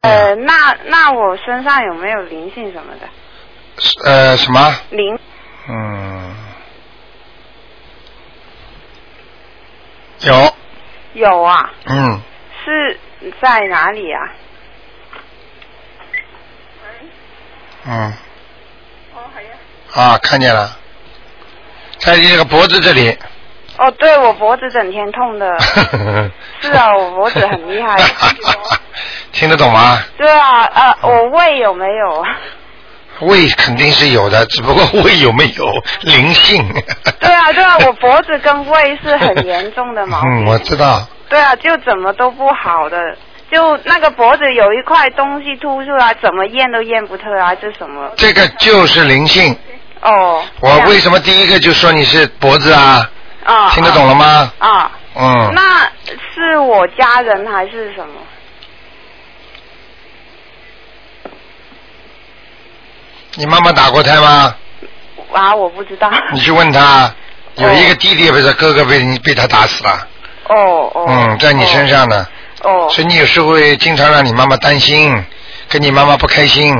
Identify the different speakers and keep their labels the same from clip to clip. Speaker 1: 嗯
Speaker 2: 呃那那我身上有没有灵性什么的？
Speaker 1: 呃，什么？
Speaker 2: 灵
Speaker 1: 嗯，有，
Speaker 2: 有啊，
Speaker 1: 嗯，
Speaker 2: 是在哪里啊？
Speaker 3: 哎
Speaker 1: 嗯。
Speaker 3: 哦
Speaker 1: 啊，看见了，在你这个脖子这里。
Speaker 2: 哦，对，我脖子整天痛 的。是啊，我脖子很厉害。
Speaker 1: 听得懂吗？
Speaker 2: 对啊，呃，我胃有没有？啊
Speaker 1: 胃肯定是有的，只不过 胃有没有灵性？
Speaker 2: 对啊，对啊，我脖子跟胃是很严重的毛病。
Speaker 1: 嗯，我知道。
Speaker 2: 对啊，就怎么都不好的，就那个脖子有一块东西凸出来，怎么验都验不出来是什么。
Speaker 1: 这个就是灵性。
Speaker 2: 哦。
Speaker 1: 我为什么第一个就说你是脖子啊？
Speaker 2: 啊。
Speaker 1: 听得懂了吗？
Speaker 2: 啊。
Speaker 1: 嗯。
Speaker 2: 那是我家人还是什么？
Speaker 1: 你妈妈打过胎吗？
Speaker 2: 啊，我不知 道。
Speaker 1: 你去问她，有一个弟弟不是哥哥被你被他打死了。
Speaker 2: 哦哦。
Speaker 1: 嗯，在你身上呢。
Speaker 2: 哦。
Speaker 1: 所以你有时候会经常让你妈妈担心，跟你妈妈不开心。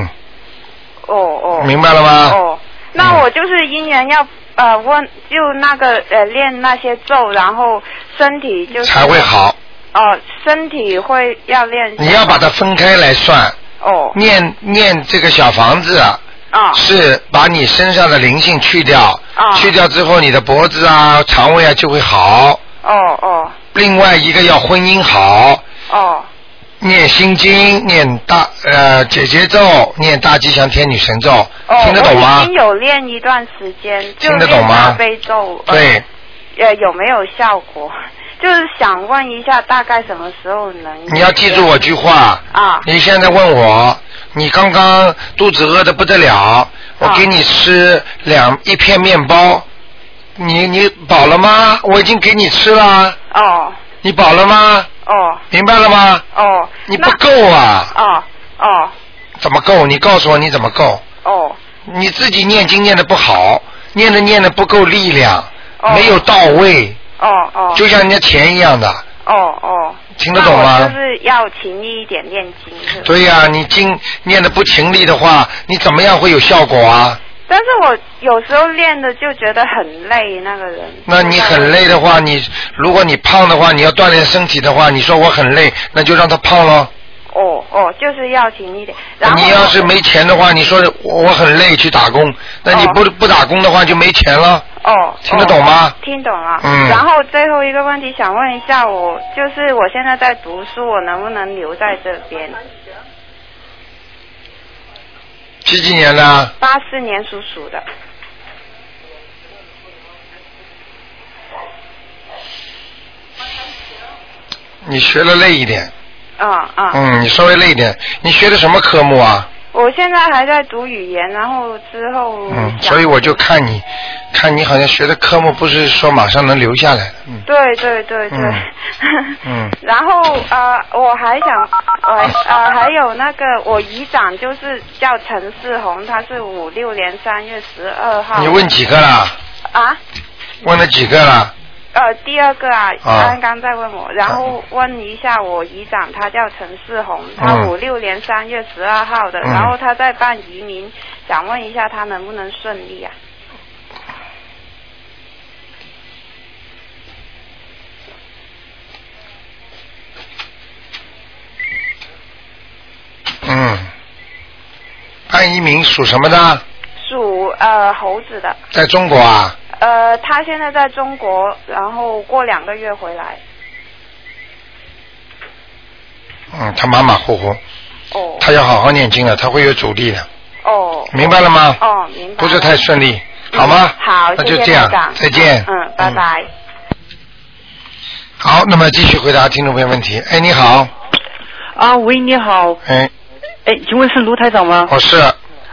Speaker 2: 哦哦。
Speaker 1: 明白了吗嗯
Speaker 2: 哦，那我就是姻缘要呃问，就那个呃练那些咒，然后身体就是
Speaker 1: 才会好。
Speaker 2: 哦、身体会要练。
Speaker 1: 你要把它分开来算。
Speaker 2: 哦。
Speaker 1: 念念这个小房子啊。
Speaker 2: 啊。
Speaker 1: 是把你身上的灵性去掉。
Speaker 2: 啊
Speaker 1: 去掉之后，你的脖子啊、肠胃啊就会好。
Speaker 2: 哦哦
Speaker 1: 另外一个要婚姻好，
Speaker 2: 哦
Speaker 1: 念心经，念大呃姐姐咒，念大吉祥天女神咒，
Speaker 2: 哦，
Speaker 1: 听得懂
Speaker 2: 我
Speaker 1: 吗
Speaker 2: 已经？有练一段时间，就
Speaker 1: 听得懂
Speaker 2: 练
Speaker 1: 吗
Speaker 2: 大悲咒。呃
Speaker 1: 对，
Speaker 2: 呃，有没有效果？ 就是想问一下，大概什么时候能？
Speaker 1: 你要记住我句话。
Speaker 2: 啊
Speaker 1: 你现在问我，你刚刚肚子饿得不得
Speaker 2: 啊
Speaker 1: 了，我给你吃两一片面包，你你饱了吗？我已经给你吃了，
Speaker 2: 哦
Speaker 1: 你饱了吗？
Speaker 2: 哦
Speaker 1: 明白了吗？
Speaker 2: 哦，
Speaker 1: 你不够啊，
Speaker 2: 哦哦
Speaker 1: 怎么够？你告诉我你怎么够？
Speaker 2: 哦
Speaker 1: 你自己念经念的不好，念着念着不够力量，
Speaker 2: 哦
Speaker 1: 没有到位，
Speaker 2: 哦哦，
Speaker 1: 就像人家钱一样的。
Speaker 2: 哦哦，
Speaker 1: 听得懂吗
Speaker 2: 那我就是要勤力一点念经是吧
Speaker 1: 对呀、啊你经念的不勤力的话，你怎么样会有效果啊？
Speaker 2: 但是我有时候练的就觉得很累，那个人。
Speaker 1: 那你很累的话，你如果你胖的话，你要锻炼身体的话，你说我很累，那就让他胖咯。
Speaker 2: 哦哦，就是要勤力一点。然后哦
Speaker 1: 你要是没钱的话，你说我我很累去打工，那你不、不打工的话就没钱了。
Speaker 2: 哦，
Speaker 1: 听得懂
Speaker 2: 哦
Speaker 1: 吗
Speaker 2: 听懂了。
Speaker 1: 嗯
Speaker 2: 然后最后一个问题想问一下我，就是我现在在读书，我能不能留在这边？
Speaker 1: 几几年啊的？
Speaker 2: 八四年属鼠的。
Speaker 1: 你学了累一点，
Speaker 2: 嗯嗯，
Speaker 1: 嗯，你稍微累一点。你学的什么科目啊？
Speaker 2: 我现在还在读语言，然后之后
Speaker 1: 嗯，
Speaker 2: 想
Speaker 1: 所以我就看你，看你好像学的科目不是说马上能留下来的，嗯
Speaker 2: 对对对对。
Speaker 1: 嗯
Speaker 2: 然后呃，我还想，我还呃还有那个我姨丈就是叫陈世宏，他是五六年三月十二号。
Speaker 1: 你问几个啦？
Speaker 2: 啊？
Speaker 1: 问了几个啦？
Speaker 2: 呃，第二个啊，
Speaker 1: 啊
Speaker 2: 刚刚在问我，然后问一下我姨丈，他叫陈世宏，他
Speaker 1: 嗯
Speaker 2: 五六年三月十二号的，
Speaker 1: 嗯
Speaker 2: 然后他在办移民，想问一下他能不能顺利啊？
Speaker 1: 嗯，潘一鸣属什么的？
Speaker 2: 属呃猴子的，
Speaker 1: 在中国啊？
Speaker 2: 呃，他现在在中国，然后过两个月回来。
Speaker 1: 嗯，他马马虎虎，
Speaker 2: 哦
Speaker 1: 他要好好念经了，他会有阻力的，
Speaker 2: 哦，
Speaker 1: 明白了吗？
Speaker 2: 哦，明白。嗯
Speaker 1: 不是太顺利，好吗？
Speaker 2: 好，
Speaker 1: 那就
Speaker 2: 谢谢
Speaker 1: 这样
Speaker 2: 台长，
Speaker 1: 再见。嗯
Speaker 2: 嗯，拜拜。
Speaker 1: 好，那么继续回答听众朋友问题。哎，你好，
Speaker 4: 啊，喂，你好，
Speaker 1: 哎，
Speaker 4: 哎，请问是卢台长
Speaker 2: 嗯
Speaker 4: 吗？
Speaker 1: 我是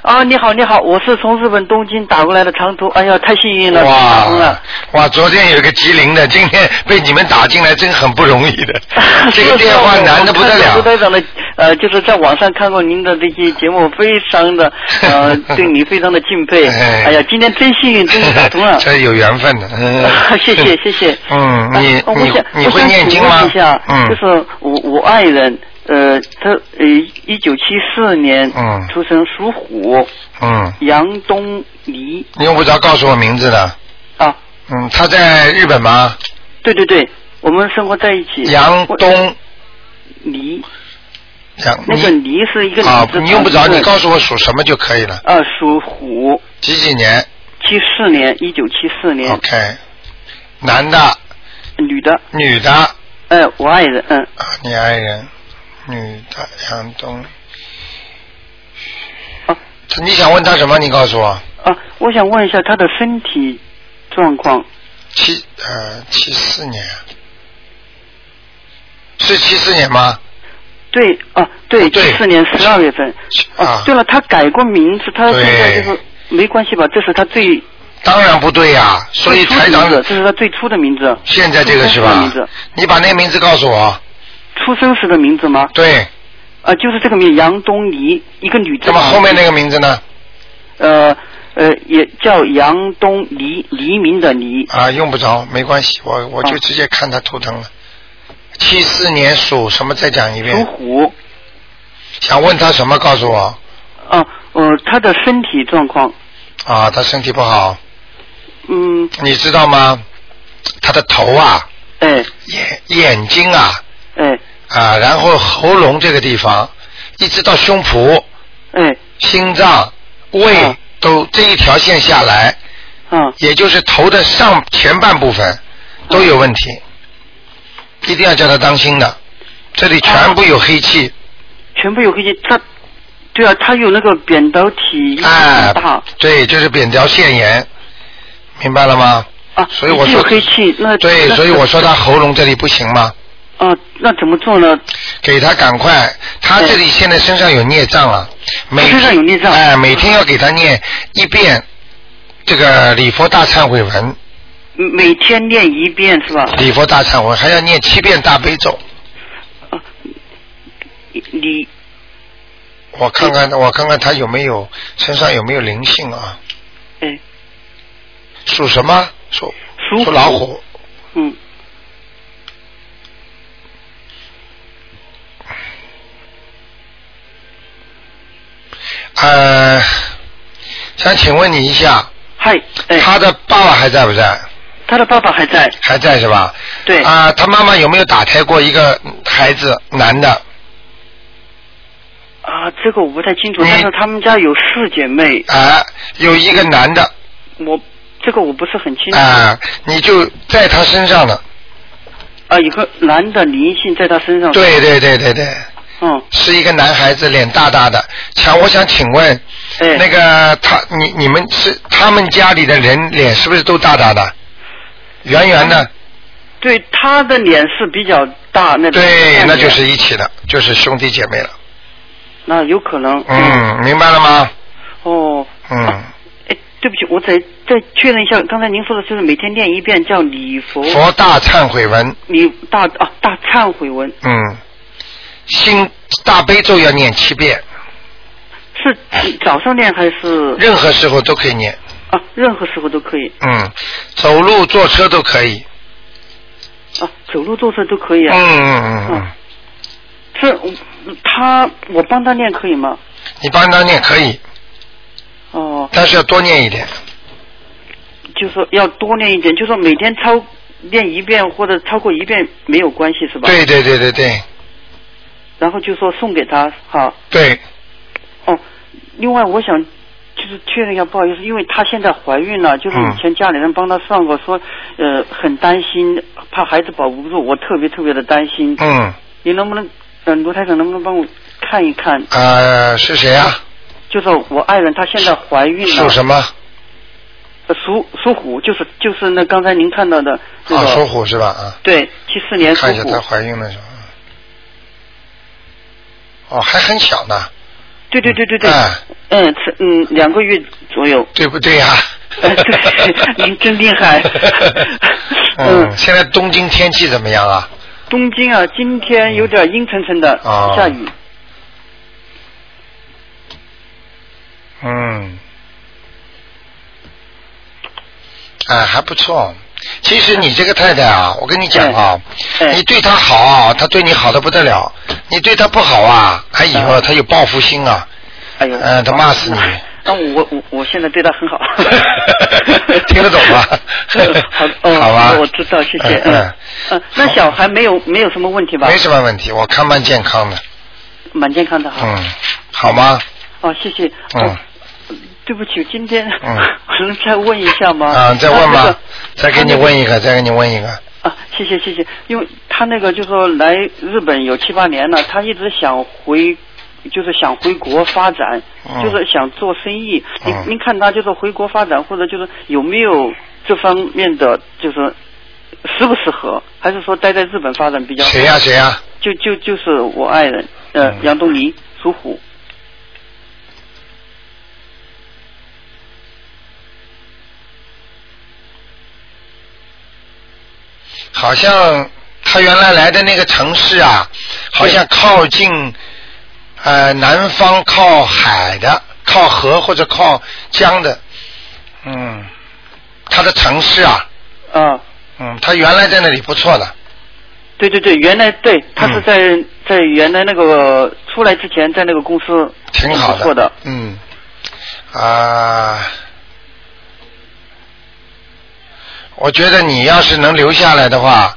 Speaker 4: 啊，你好，你好，我是从日本东京打过来的长途，哎呀，太幸
Speaker 2: 嗯
Speaker 4: 运了，打通
Speaker 1: 哇
Speaker 4: 了。。
Speaker 1: 哇，昨天有一个吉林的，今天被你们打进来，真很不容易 的 这个电话难的不得
Speaker 4: 卢台
Speaker 1: 了。
Speaker 4: 长的，呃，就是在网上看过您的这些节目，非常的， 呃，对你非常的敬佩。
Speaker 1: 哎
Speaker 4: 哎呀，今天真幸 运，终于打通了。
Speaker 1: 这有缘分的。嗯
Speaker 4: 谢谢谢谢。
Speaker 1: 嗯，你
Speaker 4: 啊我
Speaker 1: 你
Speaker 4: 想
Speaker 1: 你
Speaker 4: 我
Speaker 1: 会
Speaker 4: 想
Speaker 1: 念
Speaker 4: 请
Speaker 1: 经
Speaker 4: 问
Speaker 1: 吗
Speaker 4: 一下？
Speaker 1: 嗯
Speaker 4: 就，是我我爱人呃，他呃，一九七四年
Speaker 1: 嗯
Speaker 4: 出生，属虎，
Speaker 1: 嗯，
Speaker 4: 杨东尼
Speaker 1: 你用不着告诉我名字的。
Speaker 4: 啊，
Speaker 1: 嗯，他在日本吗？
Speaker 4: 对对对，我们生活在一起。
Speaker 1: 杨东
Speaker 4: 尼，
Speaker 1: 杨
Speaker 4: 那个
Speaker 1: 你
Speaker 4: 尼是一个
Speaker 1: 啊
Speaker 4: 女，字旁
Speaker 1: 你用不着，
Speaker 4: 一个
Speaker 1: 你告诉我属什么就可以了。
Speaker 4: 啊，属虎，
Speaker 1: 几几年
Speaker 4: 七四年，一九七四年，
Speaker 1: ？OK，男的、
Speaker 4: 女的，
Speaker 1: 女的啊，
Speaker 4: 嗯，我爱人，嗯，
Speaker 1: 你爱人，女的杨东。
Speaker 4: 啊
Speaker 1: 他你想问他什么？你告诉我。
Speaker 4: 啊，我想问一下她的身体状况，
Speaker 1: 七呃七四年，是七四年吗？
Speaker 4: 对，啊，对，七
Speaker 1: 对
Speaker 4: 四年十二月份，
Speaker 1: 啊
Speaker 4: 哦，，对了，她改过名字，她
Speaker 1: 对
Speaker 4: 现在就是没关系吧？这是她最
Speaker 1: 当然不对呀、所以
Speaker 4: 最初的
Speaker 1: 台长
Speaker 4: 名字，这是她最初的名字，
Speaker 1: 现在这个是吧
Speaker 4: 出生时的名字？
Speaker 1: 你把那名字告诉我。
Speaker 4: 出生时的名字吗？
Speaker 1: 对，
Speaker 4: 啊，就是这个名杨东尼，一个女字
Speaker 1: 那么
Speaker 4: 旁。
Speaker 1: 后面那个名字呢？
Speaker 4: 呃呃，也叫杨东黎黎明的黎，
Speaker 1: 啊，用不着，没关系，我我就
Speaker 4: 啊
Speaker 1: 直接看他图腾了。七四年属什么？再讲一
Speaker 4: 属
Speaker 1: 遍。
Speaker 4: 虎。
Speaker 1: 想问他什么？告诉我。
Speaker 4: 啊，呃，他的身体状况，
Speaker 1: 啊，他身体不好，
Speaker 4: 嗯，
Speaker 1: 你知道吗？他的头啊，
Speaker 4: 哎
Speaker 1: 眼眼睛啊，
Speaker 4: 哎
Speaker 1: 啊，然后喉咙这个地方，一直到胸脯、
Speaker 4: 哎，
Speaker 1: 心脏、胃、
Speaker 4: 嗯
Speaker 1: 都这一条线下来，
Speaker 4: 啊
Speaker 1: 也就是头的上前半部分都有问题，一定要叫他当心的。这里全部有黑气，
Speaker 4: 全部有黑气，他，对啊，他有那个扁桃体一直
Speaker 1: 哎
Speaker 4: 很大，
Speaker 1: 对，就是扁桃腺炎，明白了吗？
Speaker 4: 啊，
Speaker 1: 所以我
Speaker 4: 一直有
Speaker 1: 说
Speaker 4: 黑气，那
Speaker 1: 对，
Speaker 4: 那
Speaker 1: 所以我说他喉咙这里不行吗？
Speaker 4: 啊，那怎么做呢？
Speaker 1: 给他赶快，他
Speaker 4: 对
Speaker 1: 这里现在身上有孽障了，每
Speaker 4: 哦他身上有孽障
Speaker 1: 哎，每天要给他念一遍这个礼佛大忏悔文，
Speaker 4: 每天念一遍是吧？
Speaker 1: 礼佛大忏悔还要念七遍大悲咒。
Speaker 4: 啊，你
Speaker 1: 我看看，我看看他有没有身上有没有灵性啊？
Speaker 4: 哎，
Speaker 1: 属什么？属
Speaker 4: 属
Speaker 1: 属老，虎。
Speaker 4: 嗯，
Speaker 1: 呃，想请问你一下，
Speaker 4: 嗨，哎，
Speaker 1: 他的爸爸还在不在？
Speaker 4: 他的爸爸还在，
Speaker 1: 还在是吧？
Speaker 4: 对，
Speaker 1: 啊、他妈妈有没有打胎过一个孩子，男的？
Speaker 4: 啊，这个我不太清楚，
Speaker 1: 你
Speaker 4: 但是他们家有四姐妹，
Speaker 1: 啊、有一个男的，
Speaker 4: 我这个我不是很清楚。
Speaker 1: 啊、你就在他身上了。
Speaker 4: 啊，有个男的灵性在他身上。。
Speaker 1: 对对对对对，
Speaker 4: 嗯，
Speaker 1: 是一个男孩子，脸大大的。想，我想请问，
Speaker 4: 哎，
Speaker 1: 那个他，你你们是他们家里的人脸是不是都大大的，圆圆的？
Speaker 4: 对，他的脸是比较大，那种
Speaker 1: 对，
Speaker 4: 大脸
Speaker 1: 那就是一起的，就是兄弟姐妹了。
Speaker 4: 那有可能。。
Speaker 1: 嗯，明白了吗？
Speaker 4: 哦，
Speaker 1: 嗯，
Speaker 4: 哎，对不起，我再再确认一下，刚才您说的就是每天念一遍叫礼佛
Speaker 1: 佛大忏悔文，
Speaker 4: 礼大啊大忏悔文，
Speaker 1: 嗯，心大悲咒要念七遍，
Speaker 4: 是早上念还是
Speaker 1: 任何时候都可以念。
Speaker 4: 啊任何时候都可以
Speaker 1: 嗯，走路坐车都可以。
Speaker 4: 啊走路坐车都可以
Speaker 1: 嗯
Speaker 4: 啊？
Speaker 1: 嗯嗯嗯，
Speaker 4: 是嗯他我帮他念可以吗？
Speaker 1: 你帮他念可以，
Speaker 4: 哦，
Speaker 1: 但是要多念一点。
Speaker 4: 就说要多念一点，就说每天超念一遍或者超过一遍没有关系是吧？。
Speaker 1: 对对对对对
Speaker 4: 然后就说送给他哈。
Speaker 1: 对，
Speaker 4: 哦，另外我想就是确认一下，不好意思，因为她现在怀孕了，就是
Speaker 1: 嗯
Speaker 4: 以前家里人帮她算过，说呃很担心，怕孩子保不住，我特别特别的担心。
Speaker 1: 嗯，
Speaker 4: 你能不能，嗯、呃，卢台长能不能帮我看一看？
Speaker 1: 呃，是谁啊？
Speaker 4: 就是我爱人她现在怀孕了，
Speaker 1: 属什么？
Speaker 4: 呃属属虎，就是就是那刚才您看到的那
Speaker 1: 啊，
Speaker 4: 个，
Speaker 1: 属虎是吧？啊，
Speaker 4: 对，七四年属
Speaker 1: 看一下
Speaker 4: 虎
Speaker 1: 她，怀孕了什么？哦，还很小呢。
Speaker 4: 对对对对对，
Speaker 1: 哎
Speaker 4: 嗯，是嗯两个月左右。
Speaker 1: 对不对啊呀、
Speaker 4: 哎 对您真厉 害
Speaker 1: 嗯，
Speaker 4: 嗯
Speaker 1: 现在东京天气怎么样啊？
Speaker 4: 东京啊，今天有点阴沉沉的，
Speaker 1: 啊
Speaker 4: 下雨。
Speaker 1: 嗯，哎，还不错。其实你这个太太啊，我跟你讲啊，
Speaker 4: 哎
Speaker 1: 你对她好啊，她对你好的不得了。你对他不好啊，哎呦啊，
Speaker 4: 嗯
Speaker 1: 他有报复心啊，
Speaker 4: 哎呦，
Speaker 1: 嗯，他骂 死你。，
Speaker 4: 那我我我现在对他很好
Speaker 1: 听得懂 吗
Speaker 4: 好，哦
Speaker 1: 好吧
Speaker 4: 我知道，谢谢。
Speaker 1: 嗯
Speaker 4: 嗯嗯，那小孩没有没有什么问题吧？
Speaker 1: 没什么问题，我看蛮健康的，
Speaker 4: 蛮健康的哈。
Speaker 1: 嗯，好吗？
Speaker 4: 哦，谢谢。
Speaker 1: 嗯
Speaker 4: 哦，对不起，今天
Speaker 1: 嗯
Speaker 4: 我能再问一下吗？
Speaker 1: 啊，再问
Speaker 4: 嗯他那
Speaker 1: 吧
Speaker 4: 个，
Speaker 1: 再给你问一个，再给你问一个，
Speaker 4: 啊，谢谢谢谢，因为他那个就说来日本有七八年了，他一直想回，就是想回国发展，
Speaker 1: 嗯
Speaker 4: 就是想做生意。您、
Speaker 1: 嗯
Speaker 4: 您看他就是回国发展，或者就是有没有这方面的，就是适不适合，还是说待在日本发展比较好？
Speaker 1: 谁呀、谁呀、
Speaker 4: 就就就是我爱人，呃，
Speaker 1: 嗯
Speaker 4: 杨东尼，属虎。
Speaker 1: 好像他原来来的那个城市啊，好像靠近呃南方靠海的、靠河或者靠江的，嗯，他的城市啊，
Speaker 4: 啊，
Speaker 1: 嗯，他原来在那里不错的，
Speaker 4: 对对对，原来对他是
Speaker 1: 嗯
Speaker 4: 在、在原来那个出来之前，在那个公司
Speaker 1: 挺好
Speaker 4: 不错的，
Speaker 1: 嗯，啊、我觉得你要是能留下来的话，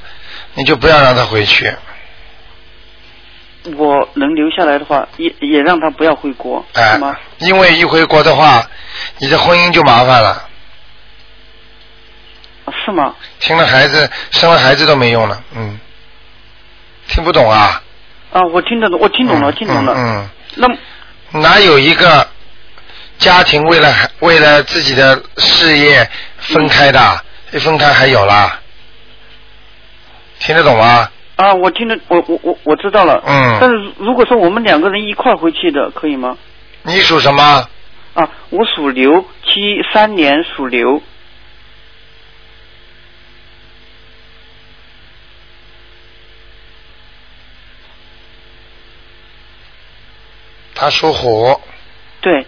Speaker 1: 你就不要让他回去，
Speaker 4: 我能留下来的话，也也让他不要回国，
Speaker 1: 哎、
Speaker 4: 是吗？
Speaker 1: 因为一回国的话，你的婚姻就麻烦了。
Speaker 4: 啊是吗？
Speaker 1: 听了孩子，生了孩子都没用了，嗯，听不懂啊？
Speaker 4: 啊，我听得懂，我听懂了，
Speaker 1: 嗯
Speaker 4: 听懂了。
Speaker 1: 嗯
Speaker 4: 那
Speaker 1: 嗯，哪有一个家庭为了孩为了自己的事业分开的？一分开还有啦？听得懂吗？
Speaker 4: 啊，我听得，我我我我知道了。
Speaker 1: 嗯
Speaker 4: 但是如果说我们两个人一块儿回去的，可以吗？
Speaker 1: 你属什么？
Speaker 4: 啊，我属牛，七三年属牛。
Speaker 1: 他属虎。
Speaker 4: 对，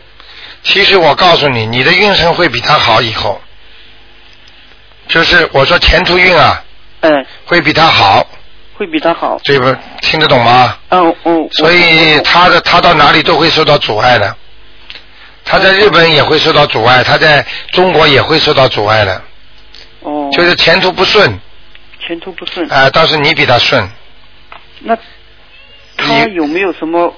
Speaker 1: 其实我告诉你，你的运程会比他好，以后就是我说前途运啊，
Speaker 4: 哎，
Speaker 1: 会比他好，
Speaker 4: 会比他好。
Speaker 1: 这个听得懂吗？
Speaker 4: 嗯、啊，我
Speaker 1: 所以他的他到哪里都会受到阻碍的，他在日本也会受到阻碍，他在中国也会受到阻碍的，
Speaker 4: 哦，
Speaker 1: 就是前途不顺
Speaker 4: 前途不顺。
Speaker 1: 啊、倒是你比他顺，
Speaker 4: 那他
Speaker 1: 你
Speaker 4: 有没有什么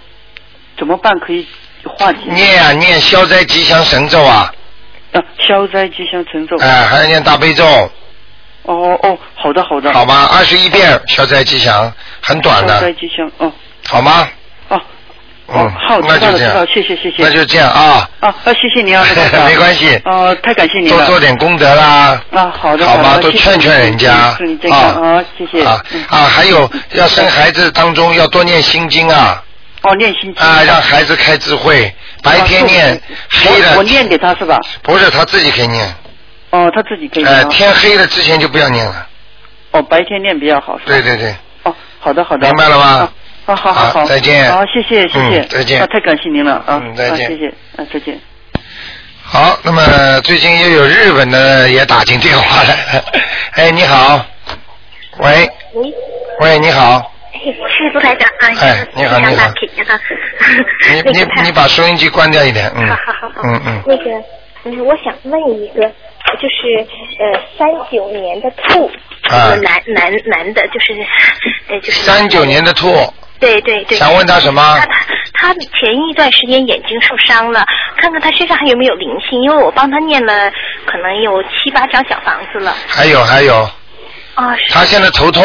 Speaker 4: 怎么办可以化解？
Speaker 1: 念啊念消灾吉祥神咒啊，
Speaker 4: 啊，消灾吉祥神咒。
Speaker 1: 哎、还要念大悲咒，
Speaker 4: 哦哦，好的好的。
Speaker 1: 好吧，二十一遍消灾吉祥，很短
Speaker 4: 消灾
Speaker 1: 的，
Speaker 4: 吉祥，哦
Speaker 1: 好吗？
Speaker 4: 哦
Speaker 1: 嗯
Speaker 4: 哦，好，，
Speaker 1: 那
Speaker 4: 知道
Speaker 1: 就这
Speaker 4: 了知
Speaker 1: 样
Speaker 4: 道，，谢谢谢谢。
Speaker 1: 那就这样啊，
Speaker 4: 啊啊，谢 谢您啊，台长
Speaker 1: 没关系
Speaker 4: 哦，太感谢您
Speaker 1: 多
Speaker 4: 了。
Speaker 1: 做点功德啦。
Speaker 4: 啊，好的
Speaker 1: 好
Speaker 4: 好
Speaker 1: 吗？
Speaker 4: 的
Speaker 1: 多
Speaker 4: 谢谢
Speaker 1: 劝劝人家
Speaker 4: 祝你健
Speaker 1: 啊
Speaker 4: 康！啊，谢谢。
Speaker 1: 啊
Speaker 4: 嗯
Speaker 1: 啊！还有要生孩子当中要多念心经啊
Speaker 4: 哦，念心经哦
Speaker 1: 啊，让孩子开智慧。白天念，黑
Speaker 4: 我我
Speaker 1: 了
Speaker 4: 念给他啊是吧？
Speaker 1: 不是他自己可以念，
Speaker 4: 哦，他自己可以
Speaker 1: 呃，
Speaker 4: 吗？
Speaker 1: 天黑了之前就不要念了。
Speaker 4: 哦，白天念比较好是吧？
Speaker 1: 对对对，
Speaker 4: 哦，好的好的，
Speaker 1: 明白了吗
Speaker 4: 啊啊，好好
Speaker 1: 好
Speaker 4: 好，
Speaker 1: 再见
Speaker 4: 好，谢谢谢谢
Speaker 1: 嗯，再见
Speaker 4: 啊，太感谢您了啊
Speaker 1: 嗯，再见
Speaker 4: 啊谢谢，啊，再见。
Speaker 1: 好，那么最近又有日本的也打进电 话来了。哎，你好，喂
Speaker 5: 喂，
Speaker 1: 喂，你好，
Speaker 5: 哎是卢台长啊，
Speaker 1: 哎你好
Speaker 5: 非常
Speaker 1: 你好
Speaker 5: 大体哈，
Speaker 1: 你
Speaker 5: 那
Speaker 1: 你
Speaker 5: 个他
Speaker 1: 你把收音机关掉一点，嗯
Speaker 5: 好好好好，
Speaker 1: 嗯嗯，
Speaker 5: 那个嗯，我想问一个，就是呃，三九年的兔，
Speaker 1: 啊
Speaker 5: 呃男男男的，就是呃，就是
Speaker 1: 三九，年的兔
Speaker 5: 对对对，
Speaker 1: 想问他什么
Speaker 5: 他？他前一段时间眼睛受伤了，看看他身上还有没有灵性，因为我帮他念了可能有七八张小房子了。
Speaker 1: 还有还有，
Speaker 5: 啊，是
Speaker 1: 他现在头痛，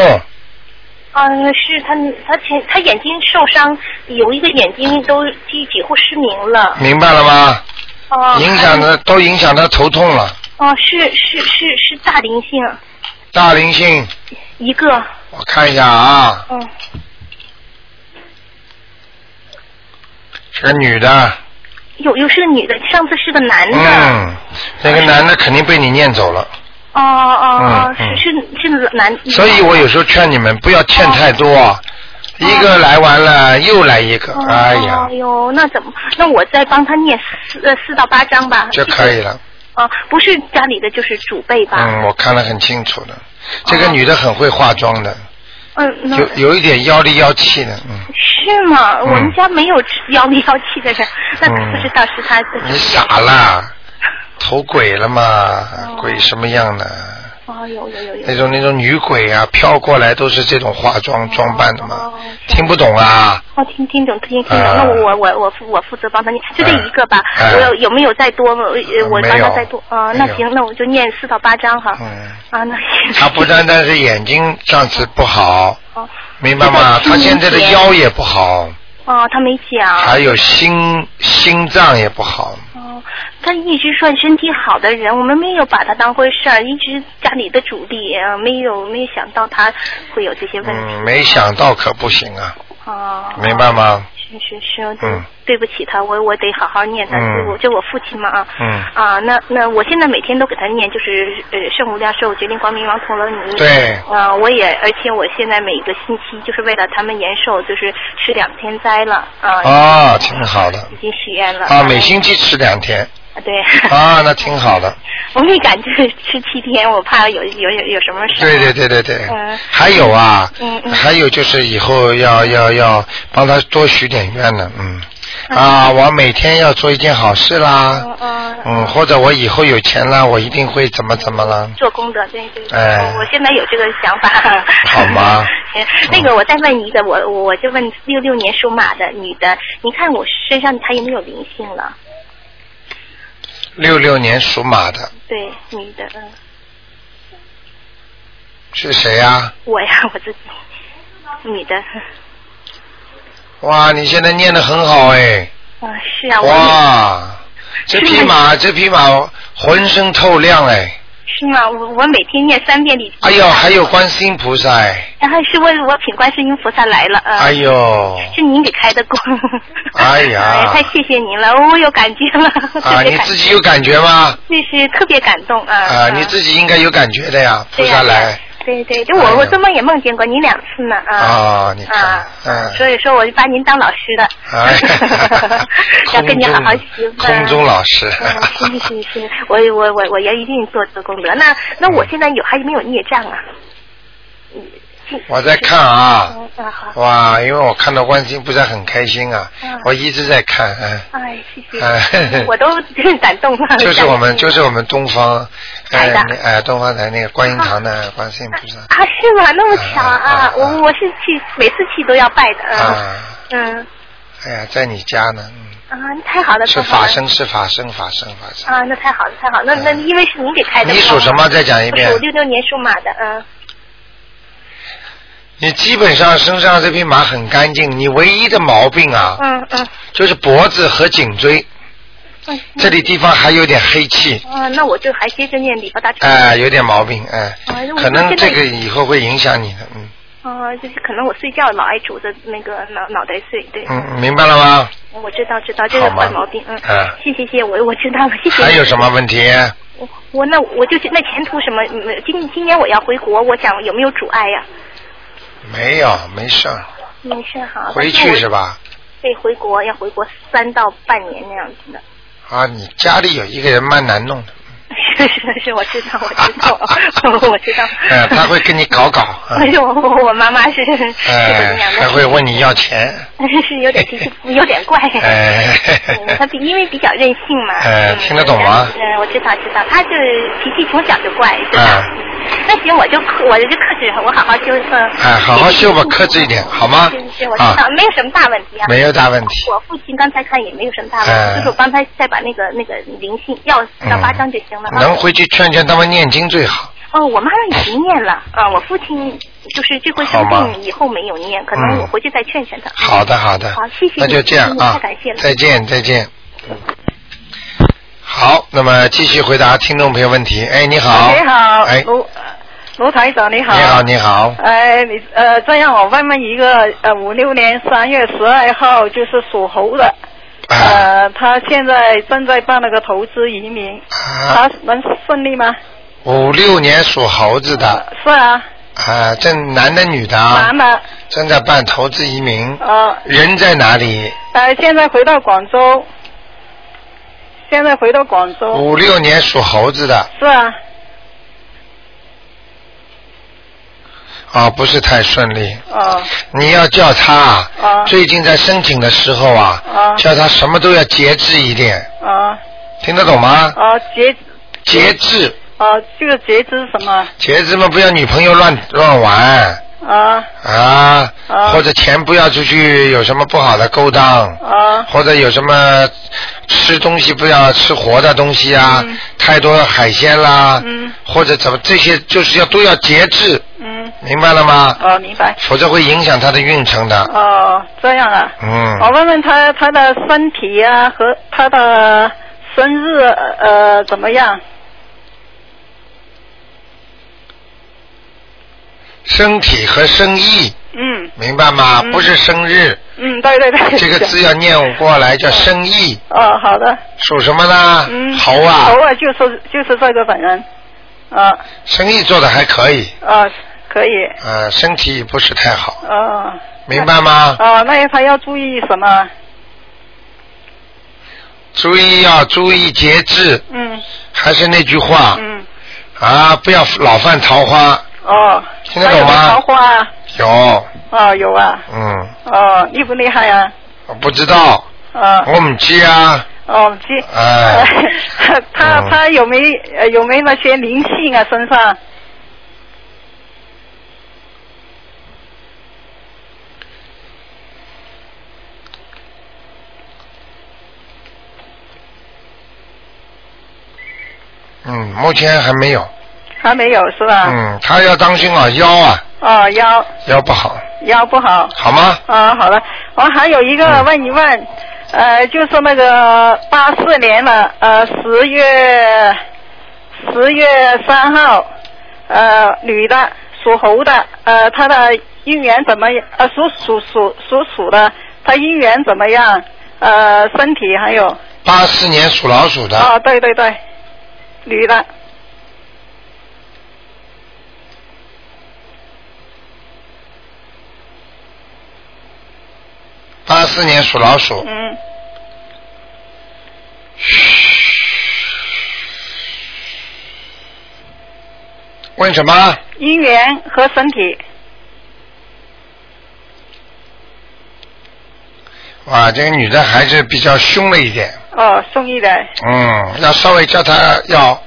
Speaker 5: 嗯，是他他前他眼睛受伤，有一个眼睛都几几乎失明了。
Speaker 1: 明白了吗？
Speaker 5: 哦，
Speaker 1: 影响的都影响他头痛了，
Speaker 5: 哦，是是是是大灵性
Speaker 1: 大灵性，
Speaker 5: 一个，
Speaker 1: 我看一下啊，
Speaker 5: 嗯，
Speaker 1: 是个女的，
Speaker 5: 有有是个女的，上次是个男的。
Speaker 1: 嗯，那个男的肯定被你念走了，
Speaker 5: 哦哦哦，
Speaker 1: 嗯嗯
Speaker 5: 是是是男。
Speaker 1: 所以我有时候劝你们不要欠太多，一个来完了又来一个，
Speaker 5: 哦。
Speaker 1: 哎呀
Speaker 5: 哎，呦，那怎么？那我再帮他念四呃四到八章吧。
Speaker 1: 就可以。了，
Speaker 5: 哦，不是家里的就是祖辈吧？
Speaker 1: 嗯，我看得很清楚的，这个女的很会化妆的，
Speaker 5: 哦嗯，那
Speaker 1: 有有一点妖里妖气的，嗯，
Speaker 5: 是是吗？
Speaker 1: 嗯
Speaker 5: 我们家没有 幺零幺七的人，那
Speaker 1: 嗯
Speaker 5: 不知道是他自己。
Speaker 1: 你傻 啦，投鬼了嘛？鬼什么样呢？
Speaker 5: 哦，有有有有。
Speaker 1: 那种那种女鬼啊，飘过来都是这种化妆装扮的嘛
Speaker 5: 哦，
Speaker 1: 听不懂啊？
Speaker 5: 哦，听听懂，听听懂。
Speaker 1: 啊
Speaker 5: 那我我我负我负责帮他念，就这一个吧。
Speaker 1: 哎
Speaker 5: 我有有没有再多？呃我
Speaker 1: 没
Speaker 5: 帮他
Speaker 1: 有
Speaker 5: 再多啊？那
Speaker 1: 没有
Speaker 5: 行，那我就念四到八章哈。
Speaker 1: 嗯，
Speaker 5: 啊，那行。
Speaker 1: 她不单单是眼睛上次不好，
Speaker 5: 哦
Speaker 1: 明白吗？
Speaker 5: 这个
Speaker 1: 她
Speaker 5: 清
Speaker 1: 现在的
Speaker 5: 洁
Speaker 1: 腰也不好，
Speaker 5: 哦，他没讲。
Speaker 1: 还有心心脏也不好。
Speaker 5: 哦，他一直算身体好的人，我们没有把他当回事儿，一直家里的主力，呃没有没有想到他会有这些问题。
Speaker 1: 嗯，没想到可不行啊，
Speaker 5: 哦，
Speaker 1: 明白吗？
Speaker 5: 是是是，对、
Speaker 1: 嗯
Speaker 5: 对不起他，我我得好好念他，
Speaker 1: 嗯
Speaker 5: 我就我父亲嘛啊。
Speaker 1: 嗯
Speaker 5: 啊，那那我现在每天都给他念，就是呃圣无量寿决定光明王陀罗尼。
Speaker 1: 对
Speaker 5: 啊，我也，而且我现在每个星期就是为了他们延寿，就是吃两天斋了啊。
Speaker 1: 啊，挺好的
Speaker 5: 已经许愿了
Speaker 1: 啊，每星期吃两天
Speaker 5: 啊对，
Speaker 1: 啊，那挺好的。
Speaker 5: 我没敢就是吃七天，我怕有有有有什么事。
Speaker 1: 对对对对对
Speaker 5: 嗯，
Speaker 1: 还有啊
Speaker 5: 嗯，嗯
Speaker 1: 还有就是以后要要要帮他多许点愿呢，嗯，啊，我每天要做一件好事啦
Speaker 5: 嗯，嗯
Speaker 1: 嗯，或者我以后有钱啦，我一定会怎么怎么啦，
Speaker 5: 做功德，对对对，
Speaker 1: 哎
Speaker 5: 我现在有这个想法。
Speaker 1: 好嗯吗？
Speaker 5: 行，那个我再问一个，我我我就问六六年属马的女的，你看我身上她有没有灵性了？
Speaker 1: 六六年属马的
Speaker 5: 对，女的，嗯，
Speaker 1: 是谁啊呀？
Speaker 5: 我呀，我自己，女的，
Speaker 1: 哇，你现在念的很好哎，
Speaker 5: 嗯，是啊，我也
Speaker 1: 哇，这匹马这匹马浑身透亮哎，
Speaker 5: 是吗？我我每天念三遍礼，
Speaker 1: 哎呦，还有观世音菩萨哎，
Speaker 5: 然后是问我请观世音菩萨来了，嗯。
Speaker 1: 哎呦，
Speaker 5: 是您给开的光，
Speaker 1: 哎呀
Speaker 5: 太谢谢您了，我有感觉了，
Speaker 1: 啊，
Speaker 5: 特别
Speaker 1: 你
Speaker 5: 感，
Speaker 1: 自己有感觉吗？
Speaker 5: 就是特别感动啊！
Speaker 1: 啊，
Speaker 5: 嗯
Speaker 1: 你自己应该有感觉的呀，菩
Speaker 5: 对呀
Speaker 1: 萨来。
Speaker 5: 对对
Speaker 1: 哎
Speaker 5: 对，
Speaker 1: 呀
Speaker 5: 我我做梦也梦见过您两次呢啊。
Speaker 1: 啊，你看
Speaker 5: 啊，，
Speaker 1: 嗯，
Speaker 5: 所以说我就把您当老师的
Speaker 1: 哎，，
Speaker 5: 要
Speaker 1: 空
Speaker 5: 跟您
Speaker 1: 中
Speaker 5: 好好学吧。
Speaker 1: 空中老师
Speaker 5: 嗯， 是是是，我我我我要一定做做功德。那那
Speaker 1: 嗯
Speaker 5: 我现在有还有没有孽障啊？嗯
Speaker 1: 我在看啊，
Speaker 5: 嗯啊好，
Speaker 1: 哇，因为我看到观世音菩萨很开心啊
Speaker 5: 嗯，
Speaker 1: 我一直在看，嗯，
Speaker 5: 哎谢
Speaker 1: 哎
Speaker 5: 谢，我都感动 了。
Speaker 1: 就是我们
Speaker 5: 感动
Speaker 1: 就是我们东方，哎
Speaker 5: 台的
Speaker 1: 那哎东方台那个观音堂的观世音菩萨
Speaker 5: 啊，是吗？那么巧
Speaker 1: 啊啊啊
Speaker 5: 啊！我我是去每次去都要拜的，嗯
Speaker 1: 啊，
Speaker 5: 嗯
Speaker 1: 哎呀，在你家呢，嗯，
Speaker 5: 啊，太好了，
Speaker 1: 是
Speaker 5: 太好
Speaker 1: 法
Speaker 5: 了
Speaker 1: 身是法身法身法身，
Speaker 5: 啊，那太好了，太好了，那那因为是您给开的光，
Speaker 1: 你属什么？再讲一
Speaker 5: 我
Speaker 1: 遍
Speaker 5: 属，嗯六六年属马的，嗯，
Speaker 1: 你基本上身上这匹马很干净，你唯一的毛病啊，
Speaker 5: 嗯嗯
Speaker 1: 就是脖子和颈椎
Speaker 5: 嗯，
Speaker 1: 这里地方还有点黑气，
Speaker 5: 啊，那我就还接着念礼佛大忏悔
Speaker 1: 哎、有点毛病，哎、
Speaker 5: 哎那我
Speaker 1: 可能
Speaker 5: 现在
Speaker 1: 这个以后会影响你的，嗯
Speaker 5: 啊，就是可能我睡觉老爱拄着那个脑脑袋睡，对，
Speaker 1: 嗯，明白了吗？
Speaker 5: 我知道知道这个
Speaker 1: 好吗
Speaker 5: 坏毛病，嗯
Speaker 1: 啊，
Speaker 5: 谢谢谢谢，我我知道了，谢谢。
Speaker 1: 还有什么？问题？
Speaker 5: 我我那我就是那前途什么？嗯今今年我要回国，我想有没有阻碍呀？
Speaker 1: 没有，没事儿，
Speaker 5: 没事哈，
Speaker 1: 回去是？吧？
Speaker 5: 对，回国要回国三到半年那样子 的。
Speaker 1: 啊，你家里有一个人蛮难弄的，
Speaker 5: 是是是，我知道，我知 道，我知道。
Speaker 1: 哎，他 会跟你搞搞，啊
Speaker 5: 哎呦，我我妈妈是是
Speaker 1: 哎
Speaker 5: 这样，
Speaker 1: 还
Speaker 5: 的，
Speaker 1: 会问你要钱，
Speaker 5: 是有点脾气，有点怪。
Speaker 1: 哎，
Speaker 5: 嗯他比因为比较任性嘛。
Speaker 1: 哎
Speaker 5: 嗯
Speaker 1: 听得懂吗
Speaker 5: 嗯，我知道知道，他就是脾气从小就怪，知道。
Speaker 1: 哎
Speaker 5: 那行，我就克，我就克制，我好好修。嗯。
Speaker 1: 哎，好好修吧，克制一点，好吗
Speaker 5: 是是，我？知
Speaker 1: 啊
Speaker 5: 道，，没有什么大问题啊。
Speaker 1: 没有大问题，
Speaker 5: 我父亲刚才看也没有什么大问
Speaker 1: 哎
Speaker 5: 题，就是我帮他再把那个那个灵性要到八章就行了。啊
Speaker 1: 嗯能回去劝劝他们念经最好。
Speaker 5: 哦，我妈妈已经念了，啊，我父亲就是这回
Speaker 1: 好
Speaker 5: 生
Speaker 1: 吗嗯
Speaker 5: 病以后没有念，可能我回去再劝劝他。
Speaker 1: 好的，好的。
Speaker 5: 好谢谢
Speaker 1: 那就
Speaker 5: 你
Speaker 1: 这样
Speaker 5: 谢谢
Speaker 1: 啊，
Speaker 5: 太感谢了
Speaker 1: 再见，再见。好，那么继续回答听众朋友问题。哎，你好。
Speaker 3: 你好，
Speaker 1: 哎，
Speaker 3: 卢卢台长，你好。
Speaker 1: 你好，。你好。
Speaker 3: 哎，你呃，这样我问问一个呃，五六年三月十二号就是属猴的，
Speaker 1: 啊
Speaker 3: 呃，他现在正在办那个投资移民，
Speaker 1: 啊，
Speaker 3: 他能顺利吗？
Speaker 1: 五六年属猴子的
Speaker 3: 是啊，
Speaker 1: 啊，这男的女的啊
Speaker 3: 男，的，
Speaker 1: 正在办投资移民，
Speaker 3: 呃
Speaker 1: 人在哪里？
Speaker 3: 呃，现在回到广州，现在回到广州，啊
Speaker 1: 五六年属猴子的，
Speaker 3: 是啊，
Speaker 1: 啊、不是太顺利。
Speaker 3: 哦
Speaker 1: 你要叫他啊
Speaker 3: 啊
Speaker 1: 最近在申请的时候啊，
Speaker 3: 啊
Speaker 1: 叫他什么都要节制一点，
Speaker 3: 哦
Speaker 1: 听得懂吗？
Speaker 3: 哦节
Speaker 1: 节制，
Speaker 3: 哦这个节制是什么
Speaker 1: 节制嘛，不要女朋友乱乱玩
Speaker 3: 啊
Speaker 1: 啊，
Speaker 3: 啊
Speaker 1: 或者钱不要出去有什么不好的勾当，
Speaker 3: 啊
Speaker 1: 或者有什么吃东西不要吃活的东西啊，
Speaker 3: 嗯
Speaker 1: 太多的海鲜啦，
Speaker 3: 嗯
Speaker 1: 或者怎么这些就是要都要节制，
Speaker 3: 嗯
Speaker 1: 明白了吗？
Speaker 3: 哦明白
Speaker 1: 否则会影响他的运程的。
Speaker 3: 哦这样啊
Speaker 1: 嗯，
Speaker 3: 我问问他他的身体呀、和他的生日呃怎么样？
Speaker 1: 身体和生意，
Speaker 3: 嗯
Speaker 1: 明白吗？
Speaker 3: 嗯
Speaker 1: 不是生 日，
Speaker 3: 嗯，对对对。
Speaker 1: 这个字要念过来叫生意，
Speaker 3: 哦，好的。
Speaker 1: 属什么呢？
Speaker 3: 嗯。
Speaker 1: 猴啊，
Speaker 3: 猴啊，就是就是这个本人。啊
Speaker 1: 生意做的还可以，
Speaker 3: 啊，可以。
Speaker 1: 呃，身体不是太好，
Speaker 3: 哦
Speaker 1: 明白吗？
Speaker 3: 哦，那他要注意什么？
Speaker 1: 注意要注意节制，
Speaker 3: 嗯
Speaker 1: 还是那句话
Speaker 3: 嗯。
Speaker 1: 啊，不要老犯桃花。
Speaker 3: 哦。
Speaker 1: 听得懂吗
Speaker 3: 还有桃花啊。
Speaker 1: 有，
Speaker 3: 哦，有啊。
Speaker 1: 嗯，
Speaker 3: 哦，厉不厉害啊？
Speaker 1: 我不知道，
Speaker 3: 啊
Speaker 1: 我们记啊，
Speaker 3: 哦，这。
Speaker 1: 哎
Speaker 3: 他
Speaker 1: 嗯
Speaker 3: 他有没呃有没那些灵性啊身上？
Speaker 1: 嗯，目前还没有，
Speaker 3: 还没有是吧？
Speaker 1: 嗯，他要当心啊，腰啊，
Speaker 3: 哦，腰
Speaker 1: 腰不好，
Speaker 3: 腰不好。
Speaker 1: 好吗？
Speaker 3: 啊，好了，我还有一个
Speaker 1: 嗯
Speaker 3: 问一问，呃，就是那个八四年了，呃，十月十月三号，呃，女的，属猴的，呃，她的姻缘怎么样？呃，属属属属鼠的，她姻缘怎么样？呃，身体还有，
Speaker 1: 八四年属老鼠的，
Speaker 3: 啊，对对对，女的，
Speaker 1: 八四年属老鼠，
Speaker 3: 嗯，
Speaker 1: 问什么？
Speaker 3: 姻缘和身体，
Speaker 1: 哇，这个女的还是比较凶了一点，
Speaker 3: 哦，送一点，
Speaker 1: 嗯，要稍微叫她要